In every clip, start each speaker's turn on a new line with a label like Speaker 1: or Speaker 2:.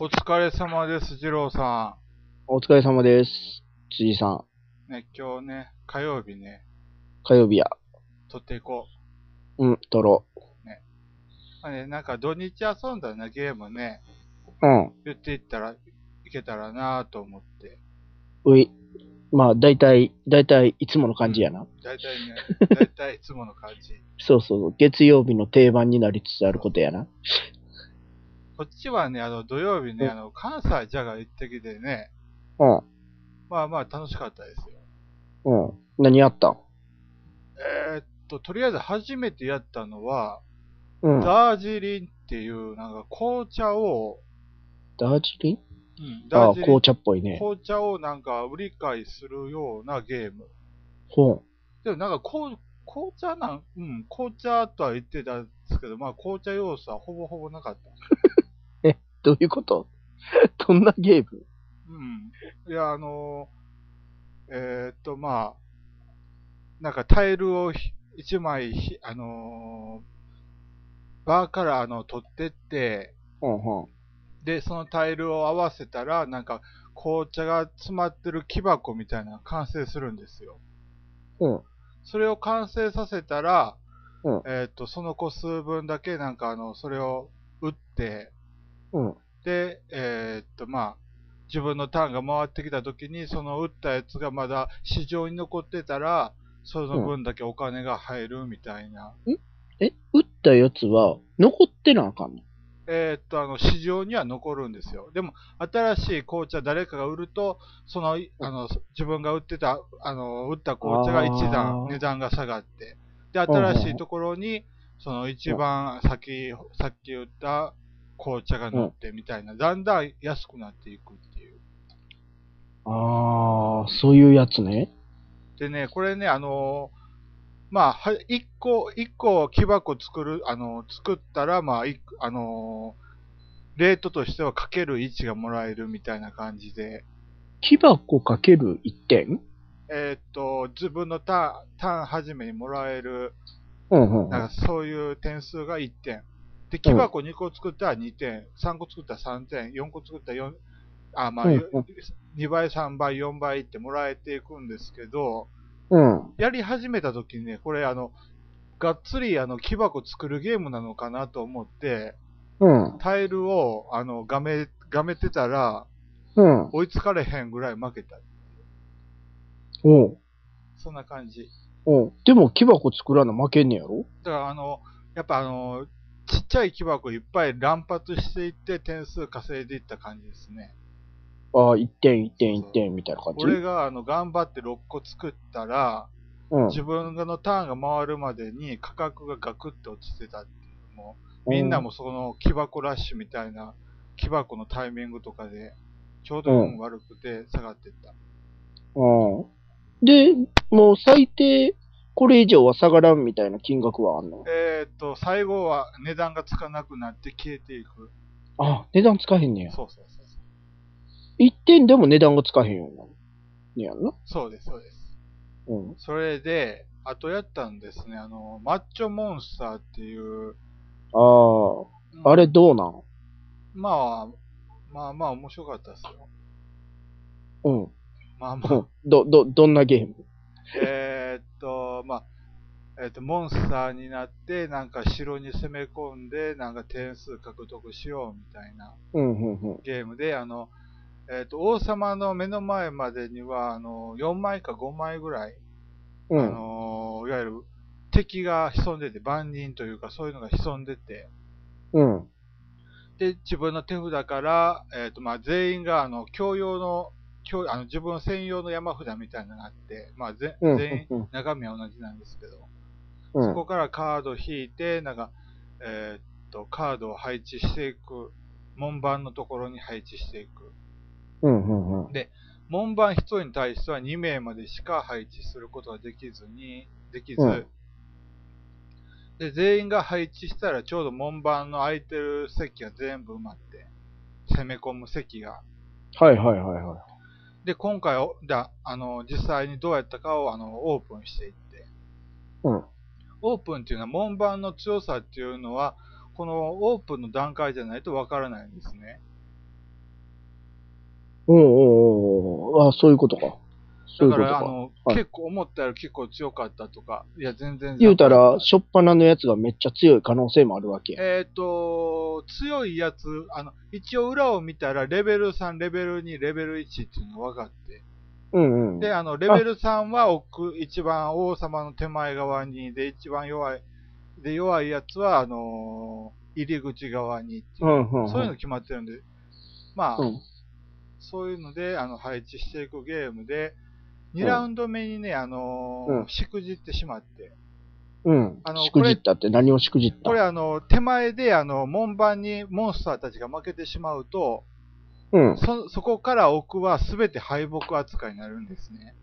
Speaker 1: お疲れ様です、二郎さ
Speaker 2: お疲れ様です。辻さん、
Speaker 1: ん。ね、今日ね、火曜日ね、
Speaker 2: 火曜日や。
Speaker 1: 撮っていこ
Speaker 2: うん、撮ろ
Speaker 1: う。まあね、なんか土日遊んだね、ゲームね、
Speaker 2: う。うん。
Speaker 1: 言っていったら、いけたらなぁと思って。
Speaker 2: うい。まあ、大体、大体、いつもの感じやな。
Speaker 1: だいたいね、だいたいいつもの感じ。
Speaker 2: そうそうそう。月曜日の定番になりつつあることやな。
Speaker 1: こっちはね、あの、土曜日ね、
Speaker 2: うん
Speaker 1: あの、関西じゃが行ってきてね、
Speaker 2: うん。
Speaker 1: まあまあ楽しかったですよ。
Speaker 2: うん。何あったん
Speaker 1: えー、っと、とりあえず初めてやったのは、
Speaker 2: うん。ダ
Speaker 1: ダージリンっていう、なんか紅茶を、
Speaker 2: ージリン
Speaker 1: うん、
Speaker 2: あ
Speaker 1: ダ
Speaker 2: あ、
Speaker 1: ージリン
Speaker 2: 紅茶っぽいね。
Speaker 1: 紅茶をなんか売り買いするようなゲーム。
Speaker 2: ほう。
Speaker 1: でもなんかこう紅茶なん、うん、紅茶とは言ってたんですけど、まあ紅茶要素はほぼほぼなかった。
Speaker 2: どういうこと どんなゲーム
Speaker 1: うん。いや、あのーえーっと、まあ、なんかタイルをひ一枚ひ、あのーバーからあの取ってって、
Speaker 2: うんうん。
Speaker 1: で、そのタイルを合わせたら、なんか紅茶が詰まってる木箱みたいなのが完成するんですよ。
Speaker 2: うん。
Speaker 1: それを完成させたら、
Speaker 2: うん
Speaker 1: えーっと、その個数分だけ、なんかあの、それを打って、
Speaker 2: うん。
Speaker 1: で、えーっと、まあ、自分のターンが回ってきた時に、その打ったやつがまだ市場に残ってたら、その分だけお金が入るみたいな。
Speaker 2: え、打ったやつは、残ってなあかんの
Speaker 1: えーっと、あの、市場には残るんですよ。でも、新しい紅茶誰かが売ると、その、いあの、自分が売ってた、あの、売った紅茶が一
Speaker 2: あ
Speaker 1: 段
Speaker 2: ー
Speaker 1: 値段が下がって、で、
Speaker 2: んうんうん
Speaker 1: 新しいところに、その一番先、さっき売った紅茶が乗ってみたいな、だんだん安くなっていくっていう。
Speaker 2: ああ、そういうやつね。
Speaker 1: でね、これね、あのーまあ、は一個、一個木箱作る、あのー作ったら、まあ、いあのーレートとしてはかける1がもらえるみたいな感じで、
Speaker 2: 木箱かける1点
Speaker 1: えーっと、自分のターン、ターン初めにもらえる、
Speaker 2: うんうんうん。
Speaker 1: なんかそういう点数が1点。で、木箱2個作ったら2点、3個作ったら3点、4個作ったら4、あ、まあ、
Speaker 2: うん
Speaker 1: よ
Speaker 2: うん
Speaker 1: 2倍、3倍、4倍ってもらえていくんですけど、
Speaker 2: うん。
Speaker 1: やり始めた時にね、これあの、がっつりあの木箱作るゲームなのかなと思って、
Speaker 2: うん。
Speaker 1: タイルをあの、がめ、がめてたら、
Speaker 2: うん。
Speaker 1: 追いつかれへんぐらい負けた。
Speaker 2: おう
Speaker 1: そんな感じ。
Speaker 2: おうでも木箱作らな負けんねやろ
Speaker 1: だからあの、やっぱあの、ちっちゃい木箱いっぱい乱発していって点数稼いでいった感じですね。
Speaker 2: ああ、1点、1点、1点みたいな感じ。
Speaker 1: 俺があの、頑張って6個作ったら、
Speaker 2: うん。
Speaker 1: 自分のターンが回るまでに価格がガクッと落ちてたっていうもうみんなもその木箱ラッシュみたいな、木箱のタイミングとかで、ちょうど運悪くて下がってった。
Speaker 2: うん。うん。で、もう最低、これ以上は下がらんみたいな金額はあんの
Speaker 1: えーっと、最後は値段がつかなくなって消えていく。
Speaker 2: ああ、値段つかへんねや。
Speaker 1: そうそうそうそう。
Speaker 2: 1点でも値段がつかへんようになる。ねやんな。
Speaker 1: そうです、そうです。
Speaker 2: うん。
Speaker 1: それで、あとやったんですね、あの、マッチョモンスターっていう、
Speaker 2: あ
Speaker 1: うん
Speaker 2: あ、あれどうなん
Speaker 1: まあ、まあまあ面白かったですよ。
Speaker 2: うん。
Speaker 1: まあま
Speaker 2: う
Speaker 1: あ
Speaker 2: ん。ど、ど、どんなゲーム
Speaker 1: えーっと、まあ、えーっと、モンスターになって、なんか城に攻め込んで、なんか点数獲得しようみたいな
Speaker 2: うん、うん、うん。
Speaker 1: ゲームで、あの、えーっと、王様の目の前までには、あの、4枚か5枚ぐらい、
Speaker 2: う
Speaker 1: あ
Speaker 2: ん。
Speaker 1: のー、いわゆる敵が潜んでて、万人というか、そういうのが潜んでて、
Speaker 2: うん。
Speaker 1: で、自分の手札から、えーっと、まあ、全員が、あの、共用の、共あの自分専用の山札みたいなのがあって、まあ、ぜ
Speaker 2: うん
Speaker 1: 全
Speaker 2: うん
Speaker 1: 員
Speaker 2: うん、
Speaker 1: 中身は同じなんですけど、
Speaker 2: う
Speaker 1: そ
Speaker 2: ん。
Speaker 1: こからカード引いて、なんか、えーっと、カードを配置していく。門番のところに配置していく。
Speaker 2: うん、うん、うん。
Speaker 1: 門番1人に対しては2名までしか配置することができずに、できず、
Speaker 2: うん
Speaker 1: で、全員が配置したらちょうど門番の空いてる席が全部埋まって、攻め込む席が。
Speaker 2: はい、はい、はい、はい。
Speaker 1: で、今回おだ、あの、実際にどうやったかを、あの、オープンしていって。
Speaker 2: うん。
Speaker 1: オープンっていうのは門番の強さっていうのは、このオープンの段階じゃないとわからないんですね。
Speaker 2: うんうんうんうん。あ、そういうことか。そうい
Speaker 1: だか
Speaker 2: うこと
Speaker 1: ら、あ
Speaker 2: か。
Speaker 1: の、
Speaker 2: はい
Speaker 1: 結構思ったより結構強かったとか、いや、全然。
Speaker 2: 言うたら、しょっぱなのやつがめっちゃ強い可能性もあるわけや。
Speaker 1: えっ、と、強いやつ、あの、一応裏を見たら、レベル3、レベル2、レベル1っていうの分かって。
Speaker 2: うんうん。
Speaker 1: で、あの、レベル3は奥、一番王様の手前側に、で、一番弱い、で、弱いやつは、あのー入り口側にって
Speaker 2: う
Speaker 1: いう、
Speaker 2: んうんうん。
Speaker 1: そういうの決まってるんで、まあ、
Speaker 2: うん。
Speaker 1: そういうので、あの、配置していくゲームで、
Speaker 2: う
Speaker 1: 2
Speaker 2: ん
Speaker 1: ラウンド目にね、あのー
Speaker 2: うん
Speaker 1: しくじってしまって、
Speaker 2: うん
Speaker 1: あの。
Speaker 2: しくじったって何をしくじった
Speaker 1: これあの、手前で、あの、門番にモンスターたちが負けてしまうと、
Speaker 2: うん。
Speaker 1: そ、そこから奥は全て敗北扱いになるんですね。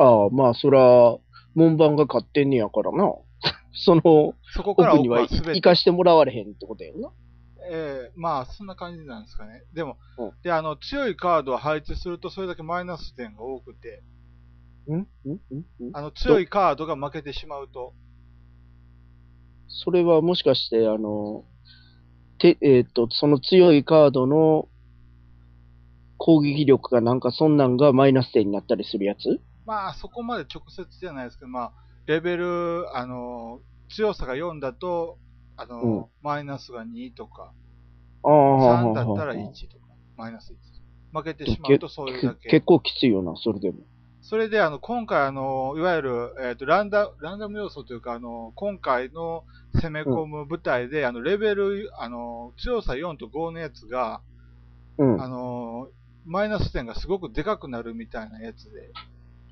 Speaker 2: ああ、まあ、そら、門番が勝ってんねやからな。 その、
Speaker 1: そこから
Speaker 2: 奥
Speaker 1: 奥
Speaker 2: には
Speaker 1: はい全
Speaker 2: 行
Speaker 1: て、
Speaker 2: かしてもらわれへんってことやんな。
Speaker 1: えーまあ、そんな感じなんですかね。でも、
Speaker 2: うん
Speaker 1: で、あの、強いカードを配置すると、それだけマイナス点が多くて、
Speaker 2: んんんん
Speaker 1: あの、強いカードが負けてしまうと、
Speaker 2: それはもしかして、あの、て、えーっと、その強いカードの攻撃力がなんかそんなんがマイナス点になったりするやつ
Speaker 1: まあ、そこまで直接じゃないですけど、まあ、レベル、あの、強さが4だと、あの、
Speaker 2: うん
Speaker 1: マイナスが2とか、
Speaker 2: ああ。
Speaker 1: 3だったら
Speaker 2: は
Speaker 1: 1
Speaker 2: は
Speaker 1: とか、マイナス1。負けてしまうとそういうだ
Speaker 2: け結
Speaker 1: け。
Speaker 2: 構きついよな、それでも。
Speaker 1: それで、あの、今回、あの、いわゆる、えっ、と、ランダ、ランダム要素というか、あの、今回の攻め込む舞台で、あの、レベル、あの、強さ4と5のやつが、
Speaker 2: うん。
Speaker 1: あの、マイナス点がすごくでかくなるみたいなやつで。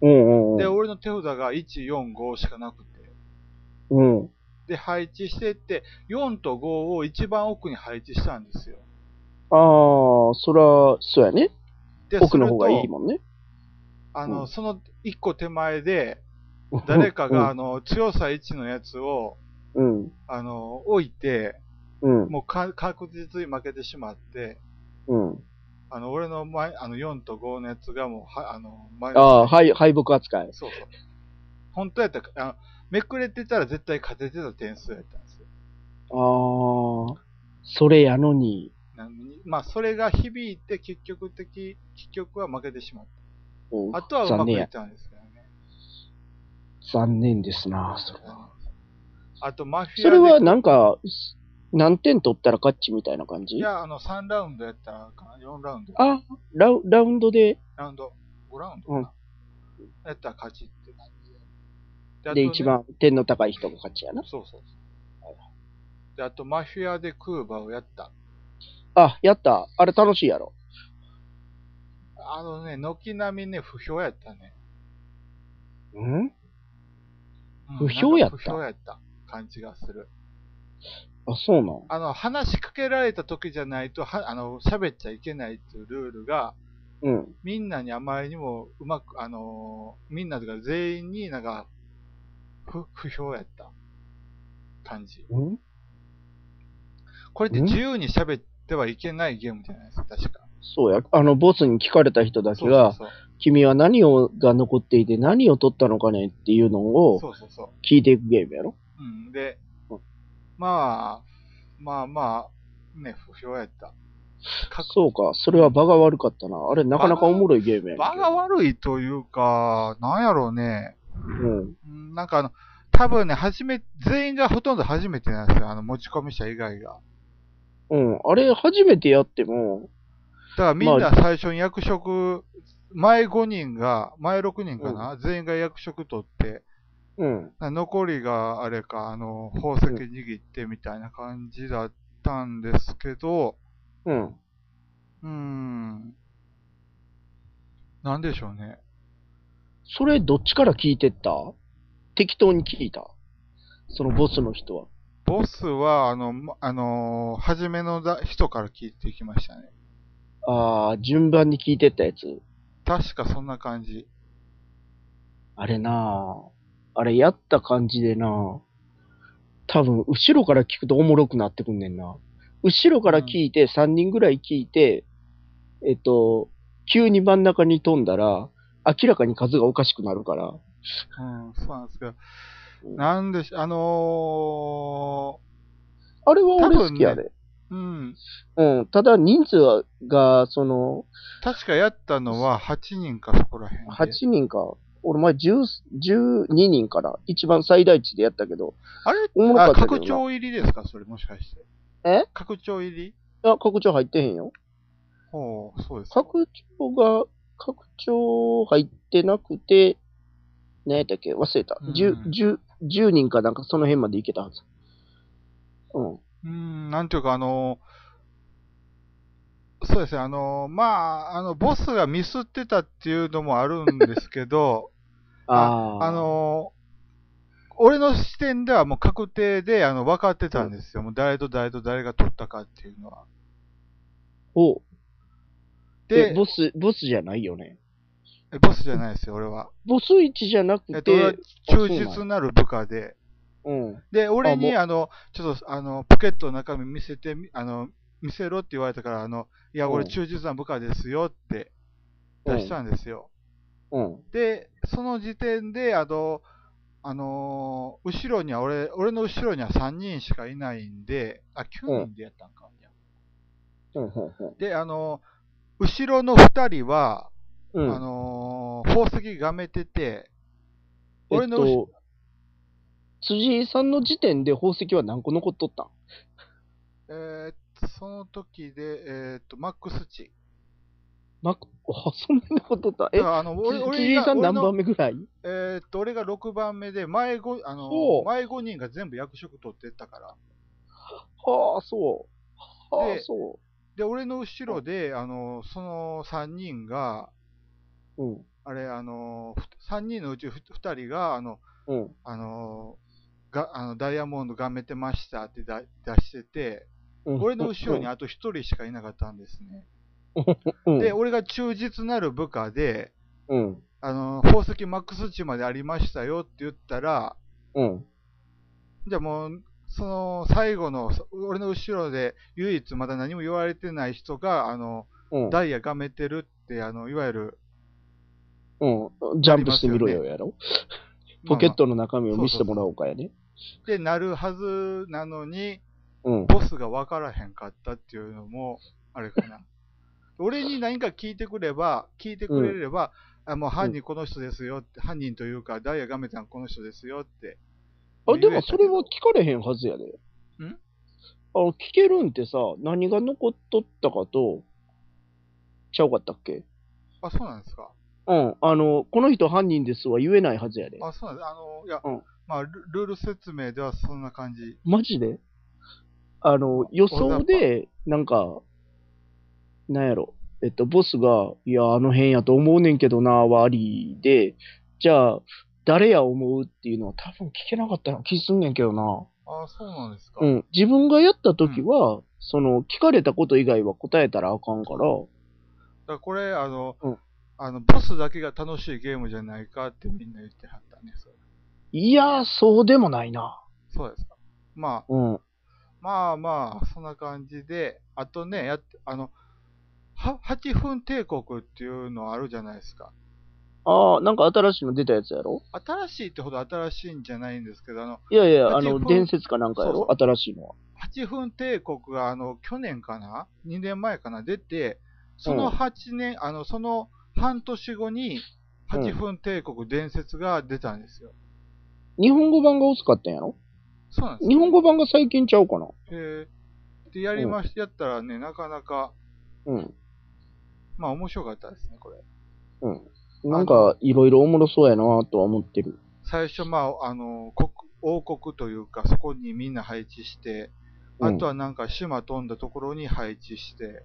Speaker 2: うんうん
Speaker 1: で、
Speaker 2: うん。
Speaker 1: 俺の手札が1、4、5しかなくて。
Speaker 2: うん。
Speaker 1: で、配置していって、4と5を一番奥に配置したんですよ。
Speaker 2: ああ、そら、そうやね。
Speaker 1: で、
Speaker 2: 奥の方が
Speaker 1: する
Speaker 2: い
Speaker 1: と
Speaker 2: いもんね。
Speaker 1: あ
Speaker 2: う
Speaker 1: の、
Speaker 2: ん
Speaker 1: その一個手前で、誰かが、あの、強さ1のやつを、
Speaker 2: うん、
Speaker 1: あの、置いて、
Speaker 2: うん、
Speaker 1: もうか確実に負けてしまって、
Speaker 2: うん。
Speaker 1: あの、俺の前、あの、4と5のやつがもう、は、あの、前
Speaker 2: ああ、はい、敗北扱い。
Speaker 1: そうそう。本当やったら、あの、めくれてたら絶対勝ててた点数やったんですよ。
Speaker 2: ああ、それやのに。
Speaker 1: なのにまあ、それが響いて、結局的、結局は負けてしまっ
Speaker 2: うん
Speaker 1: た。あとはうま
Speaker 2: 残
Speaker 1: く
Speaker 2: 念
Speaker 1: い
Speaker 2: や
Speaker 1: っ。たんですけどね。
Speaker 2: 残念ですな、それは。
Speaker 1: あと、マフィアで
Speaker 2: それはなんか、す何点取ったら勝ちみたいな感
Speaker 1: い
Speaker 2: じあ
Speaker 1: や、あの、3ラウンドやったらかな、4ラウンド。
Speaker 2: ラウ、ラウンドで、
Speaker 1: ラウンド、5ラウンドかな、やったら勝ちって感じで。であと
Speaker 2: で
Speaker 1: ね
Speaker 2: 一番点の高い人が勝ちやな。
Speaker 1: そうそうそう。で、あと、マフィアでクーバーをやった。
Speaker 2: あ、やった。あれ楽しいやろ。
Speaker 1: あのね、軒並みね、不評やったね。
Speaker 2: うん
Speaker 1: うん
Speaker 2: 不評やっ
Speaker 1: な
Speaker 2: た
Speaker 1: んか不評やった感じがする。
Speaker 2: あ、そうなん。
Speaker 1: あの、話しかけられた時じゃないと、はあの、喋っちゃいけないっていうルールが、
Speaker 2: うん。
Speaker 1: みんなにあまりにもうまく、あのーみんなが全員になんか、不、不評やった感じ。
Speaker 2: うん
Speaker 1: これって
Speaker 2: ん
Speaker 1: 自由に喋ってはいけないゲームじゃないですか、確か。
Speaker 2: そうや。あの、ボスに聞かれた人だけ
Speaker 1: そう
Speaker 2: が、
Speaker 1: そう
Speaker 2: 君は何をが残っていて何を取ったのかねっていうの
Speaker 1: そう。
Speaker 2: を
Speaker 1: そうそうそ
Speaker 2: 聞いていくゲームやろ
Speaker 1: う。うん。で
Speaker 2: うん、
Speaker 1: まあ、まあまあ、ね、不評やった。か
Speaker 2: そうか、それは場が悪かったな。あれ、なかなかおもろいゲームやねん
Speaker 1: 場
Speaker 2: け
Speaker 1: が悪いというか、なんやろうね。
Speaker 2: どうん。
Speaker 1: うんなんかあの、多分ね、初め、全員がほとんど初めてなんですよ。あの、持ち込み者以外が。
Speaker 2: うん。あれ、初めてやっても、
Speaker 1: だからみん
Speaker 2: ま
Speaker 1: な最初に役職、前5人が、前6人かな、全員が役職取って、
Speaker 2: うん。
Speaker 1: な残りがあれか、あの、宝石握ってみたいな感じだったんですけど、
Speaker 2: うん。
Speaker 1: うーん。なんでしょうね。
Speaker 2: それ、どっちから聞いてった適当に聞いたそのボスの人は。
Speaker 1: ボスは、あの、まあのー初めのだ人から聞いてきましたね。
Speaker 2: あー、順番に聞いてったやつ。
Speaker 1: 確かそんな感じ。
Speaker 2: あれなああれ、やった感じでな多分、後ろから聞くとおもろくなってくんねんな。後ろから聞いて、3人ぐらい聞いて、えっと、急に真ん中に飛んだら、明らかに数がおかしくなるから。
Speaker 1: うん、そうなんですけど。
Speaker 2: うん
Speaker 1: なんでし、あのー
Speaker 2: あれは
Speaker 1: 多
Speaker 2: 俺
Speaker 1: 分ね
Speaker 2: 好きやで。
Speaker 1: うん。
Speaker 2: うん。ただ人数はが、その、
Speaker 1: 確かやったのは8人かそこら辺で。
Speaker 2: 8人か、俺前10 12人から、一番最大値でやったけど、
Speaker 1: あれ
Speaker 2: おもろか
Speaker 1: あ、
Speaker 2: ったけどな
Speaker 1: 拡張入りですかそれもしかして。
Speaker 2: え
Speaker 1: 拡張入り
Speaker 2: いや、拡張入ってへんよ。
Speaker 1: ほう、そうですか。
Speaker 2: 拡張が、拡張入ってなくて、何やったっけ忘れた。
Speaker 1: うん
Speaker 2: 10、10、10人かなんかその辺までいけたはず。うん。
Speaker 1: うーん、なんていうかあの、そうですね、あの、まあ、あの、ボスがミスってたっていうのもあるんですけど、
Speaker 2: ああ。
Speaker 1: あ、の、俺の視点ではもう確定で、あの、分かってたんですよ。もう誰と誰と誰が取ったかっていうのは。
Speaker 2: おで、
Speaker 1: で、
Speaker 2: ボス、ボスじゃないよね。
Speaker 1: えボスじゃないですよ、俺は。
Speaker 2: ボス1じゃな
Speaker 1: えっ
Speaker 2: く
Speaker 1: と、俺は
Speaker 2: て、
Speaker 1: 忠実なる部下で。
Speaker 2: うん。
Speaker 1: で、俺に、
Speaker 2: も
Speaker 1: あの、ちょっと、あの、ポケットの中身見せて、みあの、見せろって言われたから、あの、いや、俺
Speaker 2: うん
Speaker 1: 忠実な部下ですよって
Speaker 2: うん
Speaker 1: 出したんですよ。
Speaker 2: うん。
Speaker 1: で、その時点で、あの、あのー後ろには、俺、俺の後ろには3人しかいないんで、あ、9人でやったんか。
Speaker 2: うん、うん、
Speaker 1: で、あのー後ろの2人は、
Speaker 2: うん。
Speaker 1: あのー宝石がめてて、
Speaker 2: え
Speaker 1: 俺
Speaker 2: っ
Speaker 1: の後ろ
Speaker 2: と、辻井さんの時点で宝石は何個残っとったん
Speaker 1: えーその時で、えーっと、マックス値。
Speaker 2: な く、あ、そんな残っとった。え
Speaker 1: だか、らあの、俺、
Speaker 2: つ
Speaker 1: 俺
Speaker 2: 辻井
Speaker 1: が
Speaker 2: さん
Speaker 1: 俺
Speaker 2: 何
Speaker 1: の
Speaker 2: 番目ぐらい
Speaker 1: えーっと、俺が6番目で、前5、あの
Speaker 2: ほ
Speaker 1: ー
Speaker 2: う
Speaker 1: 前5人が全部役職取ってったから。
Speaker 2: はあ、そう。はあ
Speaker 1: で、
Speaker 2: そ
Speaker 1: で、俺の後ろで、あのーその3人が、
Speaker 2: う。うん、
Speaker 1: あれ、あのー、ふ3人のうちふ2人が、あの、
Speaker 2: うん、
Speaker 1: あのーがあのダイヤモンドがめてましたってだ出してて、
Speaker 2: うん。
Speaker 1: 俺の後ろに
Speaker 2: あ
Speaker 1: あと1人しかいなかったんですね。
Speaker 2: うん、
Speaker 1: で、俺が忠実なる部下で、
Speaker 2: うん、
Speaker 1: あのー宝石マックス値までありましたよって言ったら、
Speaker 2: うん、
Speaker 1: じゃあもう、その最後の、そ俺の後ろで唯一まだ何も言われてない人が、あの、
Speaker 2: うん、
Speaker 1: ダイヤがめてるって、あの、いわゆる、
Speaker 2: うん。ジャンプしてみろよ、やろ。ポケットの中身を見せてもらおうかやね。
Speaker 1: でなるはずなのに、
Speaker 2: うん。
Speaker 1: ボスが分からへんかったっていうのも、あれ かな。俺に何か聞いてくれば、聞いてくれれば、あもう犯人この人ですよって、犯人というか、ダイヤガメちゃんこの人ですよって。
Speaker 2: あ、で
Speaker 1: 言え
Speaker 2: も
Speaker 1: たけ
Speaker 2: そ
Speaker 1: ど
Speaker 2: れは聞かれへんはずやで。
Speaker 1: ん
Speaker 2: あ、聞けるんってさ、何が残っとったかと、ちゃうかったっけ
Speaker 1: あ、そうなんですか。
Speaker 2: うん、あの、この人犯人ですは言えないはずやで。
Speaker 1: あ、そうなんです。あの、いや、
Speaker 2: うん
Speaker 1: まあル、ルール説明ではそんな感じ。
Speaker 2: マジであの、予想で、なんか、なんやろ、えっと、ボスが、いや、あの辺やと思うねんけどな、はありで、じゃあ、誰や思うっていうのは多分聞けなかったような気すんねんけどな。
Speaker 1: あ、そうなんですか。
Speaker 2: うん、自分がやった時は、その、聞かれたこと以外は答えたらあかんから、
Speaker 1: だからこれ、あの、
Speaker 2: うん
Speaker 1: あの、ボスだけが楽しいゲームじゃないかってみんな言ってはったんです。
Speaker 2: いや、そうでもないな。
Speaker 1: そうですか。まあ、
Speaker 2: うん。
Speaker 1: まあまあ、そんな感じで、あとね、やっあの、は8分帝国っていうのあるじゃないですか。
Speaker 2: ああ、なんか新しいの出たやつやろ
Speaker 1: 新しいってほど新しいんじゃないんですけど、あの、
Speaker 2: いやいや、あ
Speaker 1: だっ
Speaker 2: の、
Speaker 1: て
Speaker 2: 伝説かなんかや
Speaker 1: そう
Speaker 2: ろ新しいのは。
Speaker 1: 8分帝国が、あの、去年かな ?2 年前かな出て、その
Speaker 2: うん
Speaker 1: 8年、あの、その半年後に、
Speaker 2: うん
Speaker 1: 8分帝国伝説が出たんですよ。
Speaker 2: 日本語版が薄かったんやろ
Speaker 1: そうなんです
Speaker 2: 日本語版が最近ちゃうかな
Speaker 1: えーで、やりまし、やったらね、なかなか、
Speaker 2: うん。
Speaker 1: まあ面白かったですね、これ。
Speaker 2: うん。なんか、いろいろおもろそうやなとは思ってる。
Speaker 1: 最初、まあ、あの、国、王国というか、そこにみんな配置して、あとはなんか島飛んだところに配置して、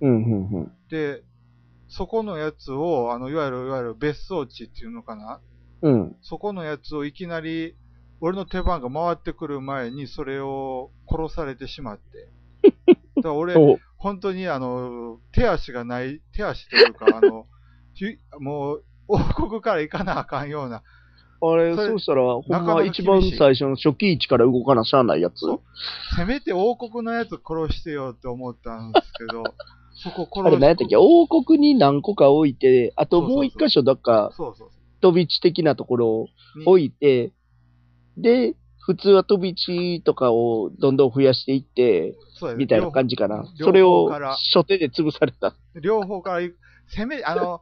Speaker 2: うん、うん、うん。
Speaker 1: で、そこのやつを、あの、いわゆる、いわゆる別荘地っていうのかな
Speaker 2: うん。
Speaker 1: そこのやつをいきなり、俺の手番が回ってくる前に、それを殺されてしまって。だから俺、
Speaker 2: そう。
Speaker 1: 本当にあの、手足がない、手足というか、あの、 ひもう、王国から行かなあかんような、
Speaker 2: あれ、
Speaker 1: それ
Speaker 2: そうしたら、ほん
Speaker 1: なかなか
Speaker 2: ま
Speaker 1: 厳しい
Speaker 2: 一番最初の初期位置から動かなしゃあないやつ。
Speaker 1: そうせめて王国のやつ殺してよって思ったんですけ ど、そこ殺
Speaker 2: あれ、何やったっけ王国に何個か置いて、あともう一箇所、どっか、
Speaker 1: そうそうそ
Speaker 2: 飛び地的なところを
Speaker 1: う。に
Speaker 2: 置いて、で、普通は飛び地とかをどんどん増やしていって、
Speaker 1: そうやね
Speaker 2: みたいな感じか
Speaker 1: 両
Speaker 2: な。
Speaker 1: 方
Speaker 2: それを
Speaker 1: から
Speaker 2: 初手で潰された。
Speaker 1: 両方から行く、せめ、あ の、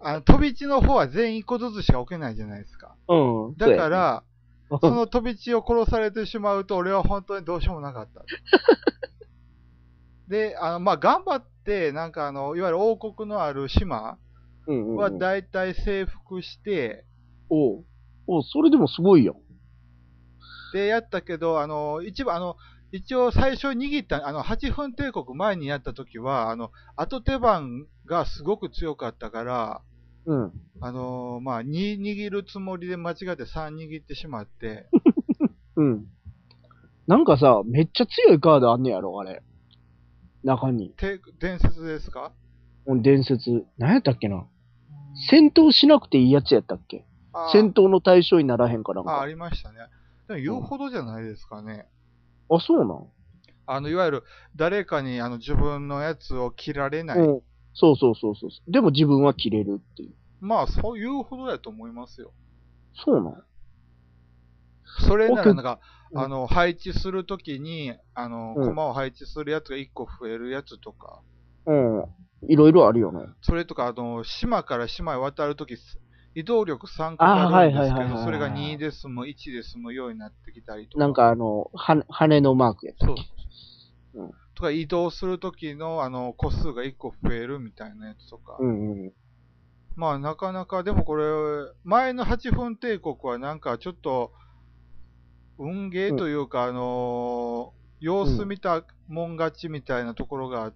Speaker 1: あの飛び地の方は全員一個ずつしか置けないじゃないですか。
Speaker 2: うん。
Speaker 1: だから、
Speaker 2: そう
Speaker 1: そ
Speaker 2: やね、
Speaker 1: の飛び地を殺されてしまうと、俺は本当にどうしようもなかった。で、あの、まあ、頑張って、なんかあの、いわゆる王国のある島
Speaker 2: うんうんうん
Speaker 1: は大体征服して、
Speaker 2: おうおうそれでもすごいよ。
Speaker 1: で、やったけど、あの、一番、あの、一応最初握った、あの、八分帝国前にやった時は、あの、後手番がすごく強かったから、
Speaker 2: うん。
Speaker 1: あのーまあ、2握るつもりで間違って3握ってしまって、
Speaker 2: うん。なんかさ、めっちゃ強いカードあんねやろ、あれ。中に。
Speaker 1: て伝説ですか
Speaker 2: この伝説。何やったっけな戦闘しなくていいやつやったっけ
Speaker 1: あー
Speaker 2: 戦闘の対象にならへんからなん
Speaker 1: あーあ
Speaker 2: か。
Speaker 1: りましたね。でも言うほどじゃないですかね。
Speaker 2: あ、そうな
Speaker 1: あの、いわゆる誰かにあの自分のやつを切られない。
Speaker 2: んうん。そうそうそうそう。でも自分は切れるっていう。
Speaker 1: まあ、そういうほどだと思いますよ。
Speaker 2: そうなん
Speaker 1: それならなんか、
Speaker 2: うん
Speaker 1: あの、配置するときに、あの、
Speaker 2: うん
Speaker 1: 駒を配置するやつが1個増えるやつとか、
Speaker 2: うん。いろいろあるよね。
Speaker 1: それとか、あの、島から島へ渡るとき、移動力3個
Speaker 2: あー
Speaker 1: あるんです
Speaker 2: はい
Speaker 1: け
Speaker 2: はいはいはい
Speaker 1: ど、それが2で済む、1で済むようになってきたりとか。
Speaker 2: なんかあの、は、羽のマークやった
Speaker 1: そ
Speaker 2: っ
Speaker 1: う
Speaker 2: け。。
Speaker 1: そううんとか移動するときのあの個数が1個増えるみたいなやつとか。
Speaker 2: うんうん。
Speaker 1: まあなかなか、でもこれ、前の8分帝国はなんかちょっと、運ゲーというか、あのー様子見たもん勝ちみたいなところが、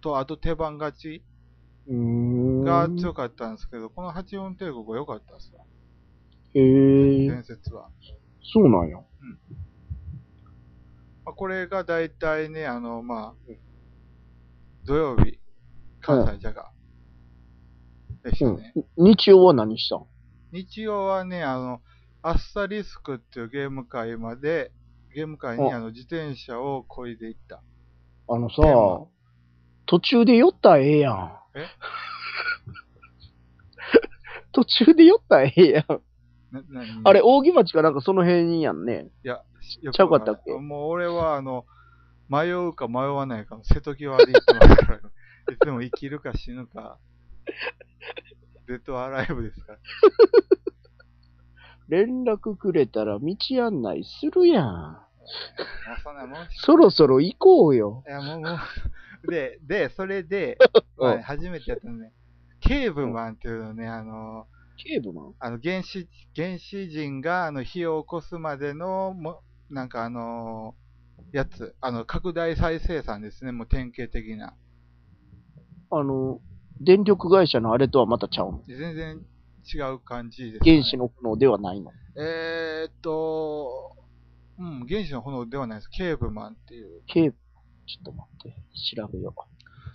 Speaker 1: と、あと手番勝ち
Speaker 2: うーん。
Speaker 1: が強かったんですけど、この8分帝国は良かったですわ。
Speaker 2: へえ。
Speaker 1: 伝説は。
Speaker 2: そうなんや。
Speaker 1: まあ、これが大体ね、あの、まあ、土曜日、関西じゃが、でした
Speaker 2: うん
Speaker 1: ね。。
Speaker 2: 日曜は何したん
Speaker 1: 日曜はね、あの、アッサリスクっていうゲーム会まで、ゲーム会
Speaker 2: う
Speaker 1: に
Speaker 2: ん
Speaker 1: あの自転車を漕いでいった。
Speaker 2: あのさ
Speaker 1: テーマ、
Speaker 2: 途中で酔ったらええやん
Speaker 1: え。
Speaker 2: 途中で酔ったらええやん。
Speaker 1: な何
Speaker 2: あれ、
Speaker 1: い
Speaker 2: 扇町かなんかその辺やんね。
Speaker 1: や、よ
Speaker 2: ちゃうかったっけ
Speaker 1: わらんもう俺はあの、迷うか迷わないかの瀬戸際で行ってます から、いつも生きるか死ぬか、デッドアライブですから。
Speaker 2: 連絡くれたら道案内するやん。
Speaker 1: もうそんなもんし
Speaker 2: そろそろ行こうよ。
Speaker 1: いや、もう、もう、 で、で、それで、まあ、
Speaker 2: うん
Speaker 1: 初めてやったのね、ケーブマンっていうのね、あの、
Speaker 2: 警部マン
Speaker 1: あの原始原始人があの火を起こすまでのもなんかあのやつあの拡大再生産ですねもう典型的な
Speaker 2: あの、電力会社のあれとはまたちゃうの。
Speaker 1: 全然違う感じです、ね、
Speaker 2: 原子の炎ではないの。
Speaker 1: えー、っとうん原子の炎ではないですケーブマンっていう
Speaker 2: 警部、ちょっと待って。調べよ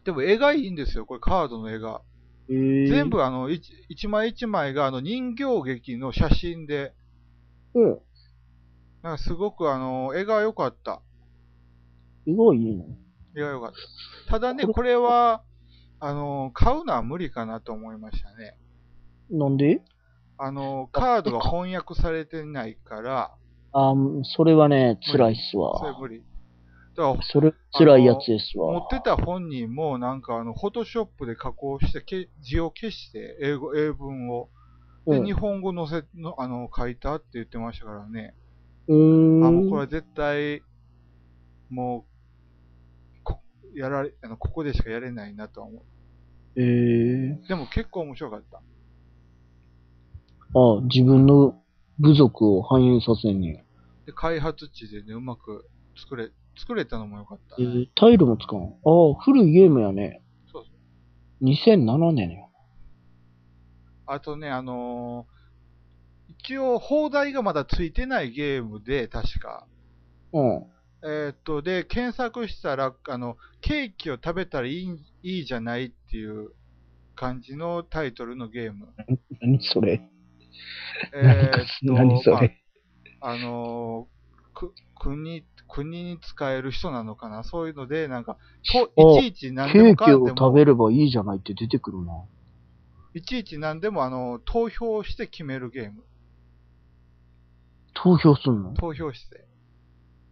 Speaker 1: でも絵がいいんですよこれカードの絵が
Speaker 2: う。へえ
Speaker 1: 全部あの一一枚一枚があの人形劇の写真で
Speaker 2: うん。
Speaker 1: なんかすごくあの絵が良かった
Speaker 2: すごいいい
Speaker 1: い
Speaker 2: の。
Speaker 1: や、よかった。ただね、これは、あの、買うのは無理かなと思いましたね。
Speaker 2: なんで
Speaker 1: あの、カードが翻訳されてないから、
Speaker 2: あー、それはね、辛いっすわ。
Speaker 1: それ無理。だから、
Speaker 2: それ、辛いやつですわ。
Speaker 1: 持ってた本人も、なんか、あの、フォトショップで加工して、け字を消して、英語、英文を。
Speaker 2: う
Speaker 1: で、
Speaker 2: ん
Speaker 1: 日本語載せ、のあの、書いたって言ってましたからね。
Speaker 2: うーん。
Speaker 1: あ、もうこれは絶対、もう、こ、やられ、あの、ここでしかやれないなとは思
Speaker 2: ええ
Speaker 1: う。でも結構面白かった。
Speaker 2: あ、自分の部族を反映させんね
Speaker 1: で開発地でね、うまく作れ、作れたのも良かった、
Speaker 2: や。え
Speaker 1: ね。
Speaker 2: ータイルも使うん。ああ、古いゲームやね。
Speaker 1: そうそ
Speaker 2: 2007年や。
Speaker 1: あとね、あのー一応、砲台がまだついてないゲームで、確か。
Speaker 2: うん。
Speaker 1: えーっと、で、検索したら、あの、ケーキを食べたらいいいいじゃないっていう感じのタイトルのゲー ム。
Speaker 2: 何それ。
Speaker 1: えーっと、
Speaker 2: 何それ。
Speaker 1: まあ、あのーく国、国に使える人なのかなそういうので、なんか、こいちいち何
Speaker 2: ケ
Speaker 1: でも
Speaker 2: ー
Speaker 1: か
Speaker 2: キ
Speaker 1: ん
Speaker 2: を
Speaker 1: で
Speaker 2: 食
Speaker 1: も、
Speaker 2: べればいいじゃないって出てくるな。
Speaker 1: いちいち何でも、あの、投票して決めるゲーム。
Speaker 2: 投票すんの
Speaker 1: 投票して。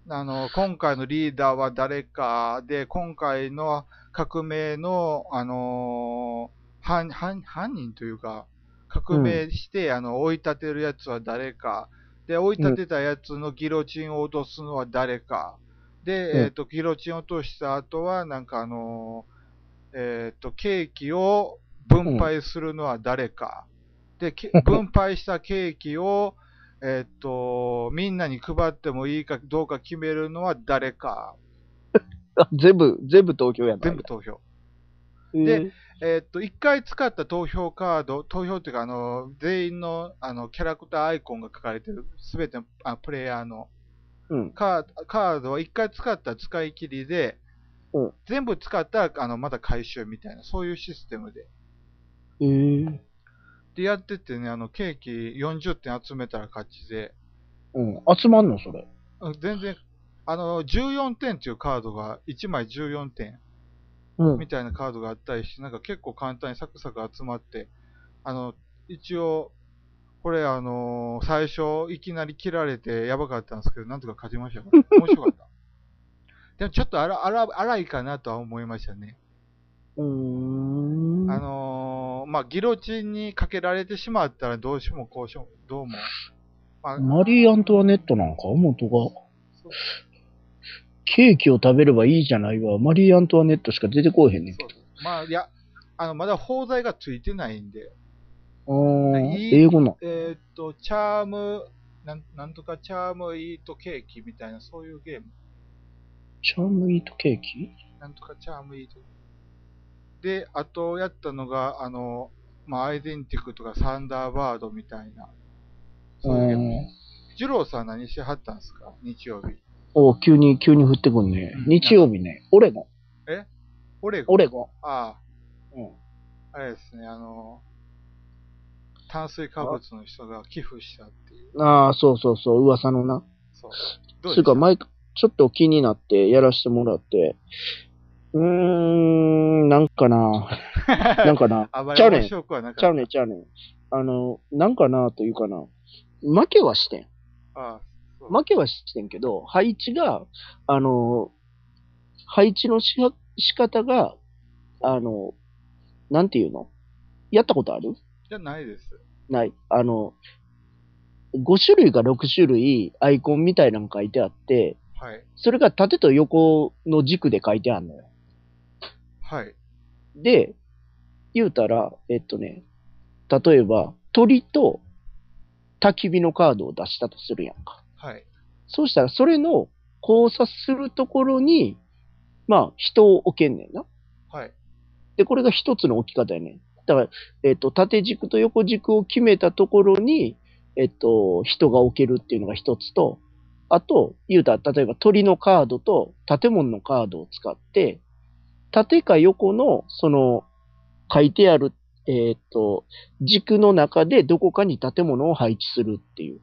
Speaker 1: あの、今回のリーダーは誰かで、今回の革命の、あのー犯、犯、犯人というか、革命して、あの、追い立てるやつは誰か、で、追い立てたやつのギロチンを落とすのは誰か、で、
Speaker 2: うん
Speaker 1: えっ、と、ギロチンを落とした後は、なんかあのーえっ、と、ケーキを分配するのは誰か、で、 け分配したケーキを、えっと、みんなに配ってもいいかどうか決めるのは誰か。
Speaker 2: あ全部、全部東京やな。
Speaker 1: 全部投票。
Speaker 2: えー
Speaker 1: でえっと、一回使った投票カード、投票っていうか、あの、全員の、あの、キャラクターアイコンが書かれてる、すべてのあプレイヤーの
Speaker 2: うん。
Speaker 1: カーカードを一回使ったら使い切りで、
Speaker 2: うん
Speaker 1: 全部使ったら、あの、また回収みたいな、そういうシステムで。
Speaker 2: えー
Speaker 1: で、やっててね、あの、ケーキ40点集めたら勝ちで、
Speaker 2: うん。集まんのそれ。
Speaker 1: うん全然、あの、14点っていうカードが、1枚14点。
Speaker 2: うん
Speaker 1: み。たいなカードがあったりして、なんか結構簡単にサクサク集まって、あの、一応、これあのー最初いきなり切られてやばかったんですけど、なんとか勝ちましたから、面白かった。 でもちょっと荒荒荒いかなとは思いましたね。
Speaker 2: うーん。
Speaker 1: あのーまあ、ギロチンにかけられてしまったらどうしようもこうしようも、どうも。まあ、
Speaker 2: マリー・アントワネットなんか元が
Speaker 1: そう
Speaker 2: ケーキを食べればいいじゃないわ。マリー・アントワネットしか出てこうへんねんけ
Speaker 1: そうまあ、いや、あの、まだ包材がついてないんで、
Speaker 2: ど。ああ、
Speaker 1: いい
Speaker 2: 英語な。
Speaker 1: えーっと、チャーム、なんなんとかチャームイートケーキみたいな、そういうゲーム。
Speaker 2: チャームイートケーキ
Speaker 1: なんとかチャームイート。で、あとやったのが、あの、まあ、アイデンティクとかサンダーバードみたいな。そういうゲーム。
Speaker 2: うん
Speaker 1: ジュローさん何してはったんですか日曜日。
Speaker 2: お急に、急に降ってくんね
Speaker 1: うん。
Speaker 2: 日曜日ね、オレゴン。
Speaker 1: オレゴン。
Speaker 2: オレゴ
Speaker 1: あ
Speaker 2: ン。うん。
Speaker 1: あ、あれですね、あの、炭水化物の人が寄付したっていう。
Speaker 2: ああ、そうそうそう、噂のな。
Speaker 1: そう。ど
Speaker 2: そうれ
Speaker 1: で
Speaker 2: か、
Speaker 1: す、
Speaker 2: 前、ちょっと気になってやらしてもらって、うーん、なんかな、なんかな
Speaker 1: あまり
Speaker 2: ちゃうねん
Speaker 1: 面白くはな
Speaker 2: ち
Speaker 1: か
Speaker 2: ゃ
Speaker 1: っ
Speaker 2: うねんちゃうねん。あの、なんかなというかな、負けはしてん。
Speaker 1: た。ああ、そう。
Speaker 2: 負けはしてんけど、配置が、あの、配置のしか仕方が、あの、なんていうのやったことある
Speaker 1: じゃないです。
Speaker 2: ない。あの、5種類か6種類アイコンみたいなの書いてあって、
Speaker 1: はい。
Speaker 2: それが縦と横の軸で書いてあるのよ。
Speaker 1: はい。
Speaker 2: で、言うたら、えっとね、例えば鳥と焚き火のカードを出したとするやんか。
Speaker 1: はい。
Speaker 2: そうしたらそれの交差するところに、まあ人を置けんねんな。
Speaker 1: はい。
Speaker 2: で、これが一つの置き方やねん。だから、えっと、縦軸と横軸を決めたところに、えっと、人が置けるっていうのが一つと、あと、言うたら、例えば鳥のカードと建物のカードを使って、縦か横の、その、書いてある、えっと、軸の中でどこかに建物を配置するっていう。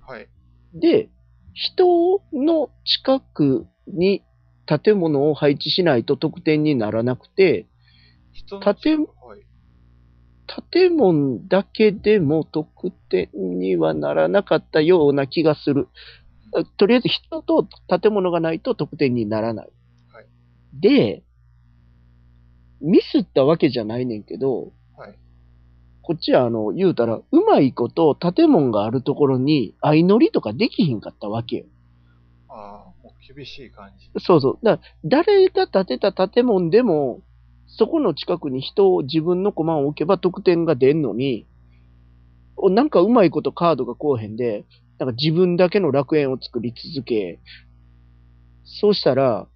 Speaker 1: はい。
Speaker 2: で、人の近くに建物を配置しないと得点にならなくて、
Speaker 1: 人の
Speaker 2: 建
Speaker 1: はい。
Speaker 2: 建物だけでも得点にはならなかったような気がする。あとりあえず人と建物がないと得点にならない。
Speaker 1: はい
Speaker 2: で、ミスったわけじゃないねんけど、
Speaker 1: はい。
Speaker 2: こっちはあの、言うたら、うまいこと建物があるところに相乗りとかできひんかったわけよ。
Speaker 1: ああ、もう厳しい感じ。
Speaker 2: そうそう。だから誰が建てた建物でも、そこの近くに人を自分の駒を置けば得点が出んのに、おなんかうまいことカードがこうへんで、なんか自分だけの楽園を作り続け、そうしたら、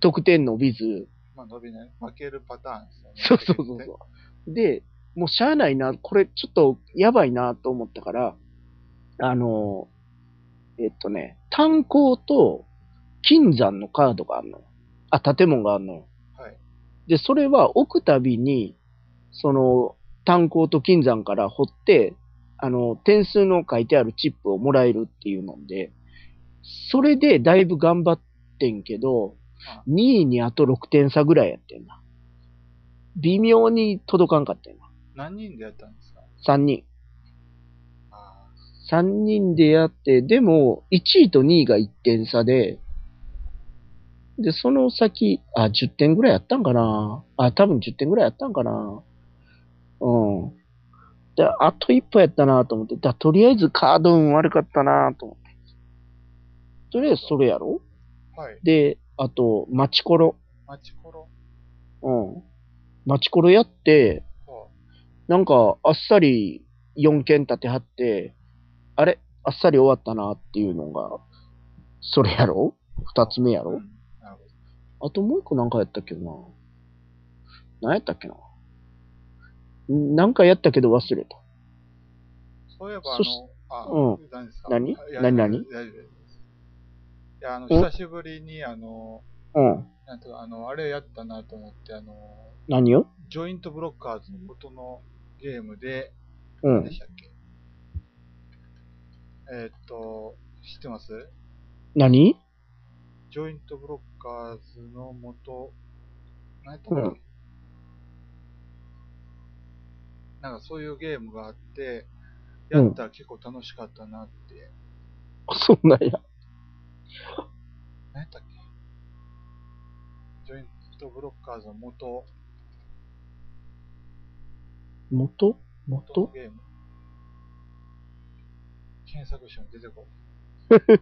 Speaker 2: 得点伸びず、
Speaker 1: まあ伸びない。負けるパターンですよね。
Speaker 2: そうそうそうそう。で、もうしゃあないな、これちょっとやばいなと思ったから、あの、えっとね、炭鉱と金山のカードがあるのよ。あ、建物があるのよ。
Speaker 1: はい。
Speaker 2: で、それは置くたびに、その、炭鉱と金山から掘って、あの、点数の書いてあるチップをもらえるっていうので、それでだいぶ頑張ってんけど
Speaker 1: あ、
Speaker 2: 2位にあと6点差ぐらいやってんな。微妙に届かんかったよな。
Speaker 1: 何人でやったんですか
Speaker 2: 3人。
Speaker 1: ああ、
Speaker 2: 3人でやって、でも、1位と2位が1点差で、で、その先、あ、10点ぐらいやったんかな。あ、多分10点ぐらいやったんかな。うん。で、あと一歩やったなと思って、だとりあえずカード運悪かったなと思って。とりあえずそれやろ
Speaker 1: はい。
Speaker 2: で、あと、マチコロ。
Speaker 1: マチコロ。
Speaker 2: うん。マチコロやって、
Speaker 1: は
Speaker 2: なんか、あっさり4件立てはって、あれあっさり終わったなっていうのが、それやろ二つ目や
Speaker 1: あう
Speaker 2: ろ
Speaker 1: んなるほど。
Speaker 2: あともう一個なんかやったっけな。何やったっけな。んなんかやったけど忘れた。
Speaker 1: そういえば、あ
Speaker 2: そし
Speaker 1: の、あ、
Speaker 2: う
Speaker 1: 何ですか
Speaker 2: 何
Speaker 1: いや
Speaker 2: 何何
Speaker 1: いや大丈夫ですいや、あの、
Speaker 2: うん
Speaker 1: 久しぶりに、あの、
Speaker 2: うん。
Speaker 1: なんていうか、あの、あれやったなと思って、あの、
Speaker 2: 何よ
Speaker 1: ジョイントブロッカーズの元のゲームで、
Speaker 2: う
Speaker 1: 何
Speaker 2: ん
Speaker 1: で。したっけえーっと、知ってます
Speaker 2: 何
Speaker 1: ジョイントブロッカーズの元、何やったっけ、
Speaker 2: うん
Speaker 1: なんかそういうゲームがあって、やったら結構楽しかったなって。
Speaker 2: あそんなんや。
Speaker 1: 何やったっけジョイントブロッカーズの元、
Speaker 2: 元
Speaker 1: 元の
Speaker 2: 元
Speaker 1: ゲーム。検索しても出てこ い。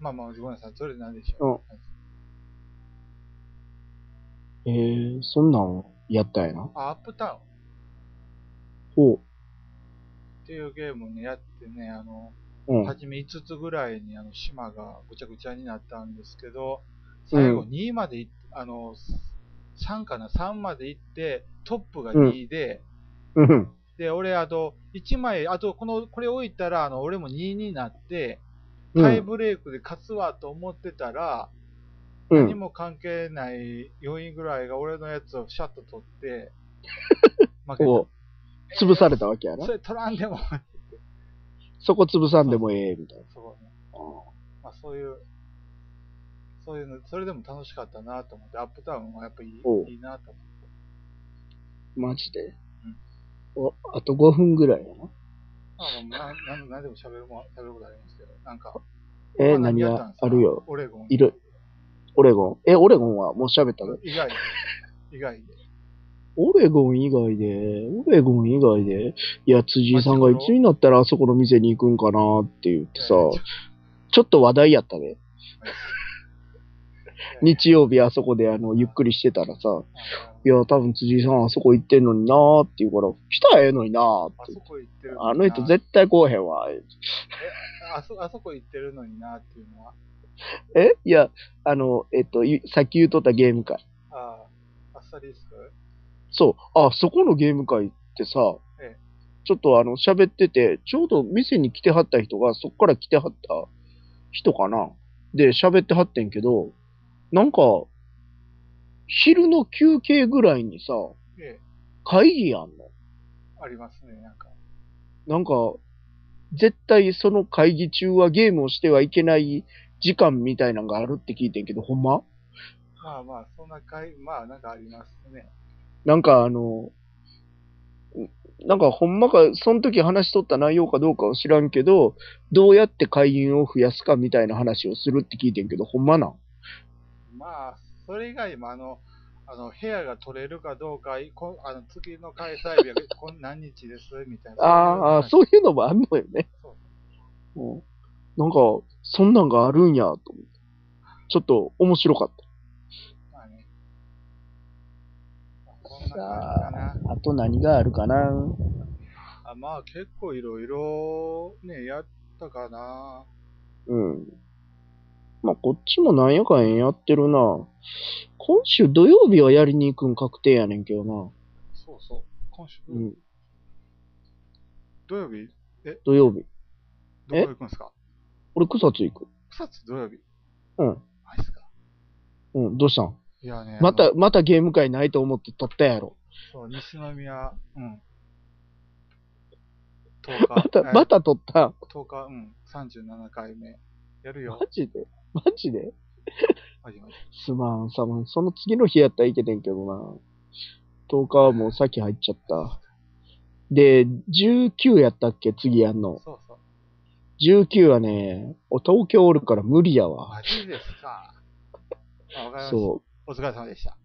Speaker 1: まあまあ、ごめんなさい。それで何でしょう。
Speaker 2: えー、そんなんやったんやな。
Speaker 1: あ、アップタウン。
Speaker 2: ほ
Speaker 1: っていうゲームをね、やってね、あの、
Speaker 2: う。うん。
Speaker 1: 初め5つぐらいにあの島がぐちゃぐちゃになったんですけど、最後
Speaker 2: うん
Speaker 1: 2位までいっあの、3かな、3まで行って、トップが2位で、
Speaker 2: うん。
Speaker 1: で、俺、あと、1枚、あと、この、これ置いたら、あの、俺も2位になって、
Speaker 2: う
Speaker 1: タイ
Speaker 2: ん。
Speaker 1: ブレイクで勝つわと思ってたら、
Speaker 2: う
Speaker 1: 何
Speaker 2: ん。
Speaker 1: も関係ない4位ぐらいが俺のやつをシャッと取 って、負け
Speaker 2: おう
Speaker 1: た
Speaker 2: 潰されたわけや
Speaker 1: えー
Speaker 2: な
Speaker 1: そ。れ取らんでも、
Speaker 2: そこ潰さんでもええ、みたいな。
Speaker 1: そうね。まあそういう、そういうの、それでも楽しかったなと思って、アップタウンはやっぱいい
Speaker 2: おう
Speaker 1: いいなと思って。
Speaker 2: マジで。お、あと5分ぐらいやな。
Speaker 1: まあまあ、なんなんなんでも喋るもん、喋ることありますけど、なんか。
Speaker 2: えー、
Speaker 1: まあ
Speaker 2: 何
Speaker 1: やったん
Speaker 2: が
Speaker 1: ですか
Speaker 2: あるよ。
Speaker 1: オレゴン。
Speaker 2: いろ、オレゴン。え、オレゴンはもう喋ったの
Speaker 1: 以外で。以外で。
Speaker 2: オレゴン以外で、オレゴン以外で、いや、辻井さんがいつになったらあそこの店に行くんかなって言ってさ、ちょっと話題 やったね。日曜日あそこであの、ゆっくりしてたらさ、い
Speaker 1: いや、
Speaker 2: や、多分辻井さんあそこ行ってんのになーって言うから、来たらええのになーっ
Speaker 1: あ
Speaker 2: て
Speaker 1: そ。こ行ってる
Speaker 2: あの人絶対来おへんわ。
Speaker 1: あそ、あそこ行ってるのになっていうのは、
Speaker 2: えいや、あの、えっと、いさっき言うとったゲーム会。
Speaker 1: ああ、あっさりっすか
Speaker 2: そう、あ、そこのゲーム会ってさ、
Speaker 1: ええ
Speaker 2: ちょっとあの、喋ってて、ちょうど店に来てはった人が、そっから来てはった人かな。で、喋ってはってんけど、なんか、昼の休憩ぐらいにさ、
Speaker 1: ええ、
Speaker 2: 会議やんの。
Speaker 1: ありますね、なんか。
Speaker 2: なんか、絶対その会議中はゲームをしてはいけない時間みたいなのがあるって聞いてんけど、ほんま
Speaker 1: まあまあ、そんな会、まあなんかありますね。
Speaker 2: なんかあの、んなんかほんまか、その時話しとった内容かどうかは知らんけど、どうやって会員を増やすかみたいな話をするって聞いてんけど、ほんまなん
Speaker 1: まあ、それ以外もあの、あの部屋が取れるかどうか、いこあの月の開催日は こん何日ですみたいな。
Speaker 2: ああ、
Speaker 1: そう
Speaker 2: そういうのもあんのよね。
Speaker 1: いう話。
Speaker 2: うんなんか、そんなんがあるんや、と思って。ちょっと面白かっ
Speaker 1: そうまあね。まあこんな感じか
Speaker 2: た。あと何があるかな
Speaker 1: な。あまあ、結構いろいろ、ね、やったかな。
Speaker 2: うん。まあ、こっちもなんやかんややってるな。今週土曜日はやりに行くん確定やねんけどな。
Speaker 1: そうそう。今週、
Speaker 2: うん、
Speaker 1: 土曜日、
Speaker 2: 土曜日。
Speaker 1: どこ行くんですか
Speaker 2: 俺草津行く。
Speaker 1: 草津土曜日。
Speaker 2: うん。
Speaker 1: マジっすか。
Speaker 2: うん、どうしたん
Speaker 1: いやね。
Speaker 2: ま
Speaker 1: あ
Speaker 2: た
Speaker 1: の、
Speaker 2: またゲーム会ないと思って撮ったやろ。
Speaker 1: そう、西宮、うん。10日
Speaker 2: また、
Speaker 1: えー
Speaker 2: また撮った。
Speaker 1: 10日、うん、37回目。やるよ
Speaker 2: マ。ジでマジで
Speaker 1: マジマジ
Speaker 2: すまん、さまん。その次の日やったらいけてんけどな。10日はもう先入っちゃった。で、19やったっけ次やんの。
Speaker 1: そうそう。
Speaker 2: 19はね、お東京おるから無理やわ。
Speaker 1: マジですか。あわかりました。
Speaker 2: そ
Speaker 1: お疲れ様でした。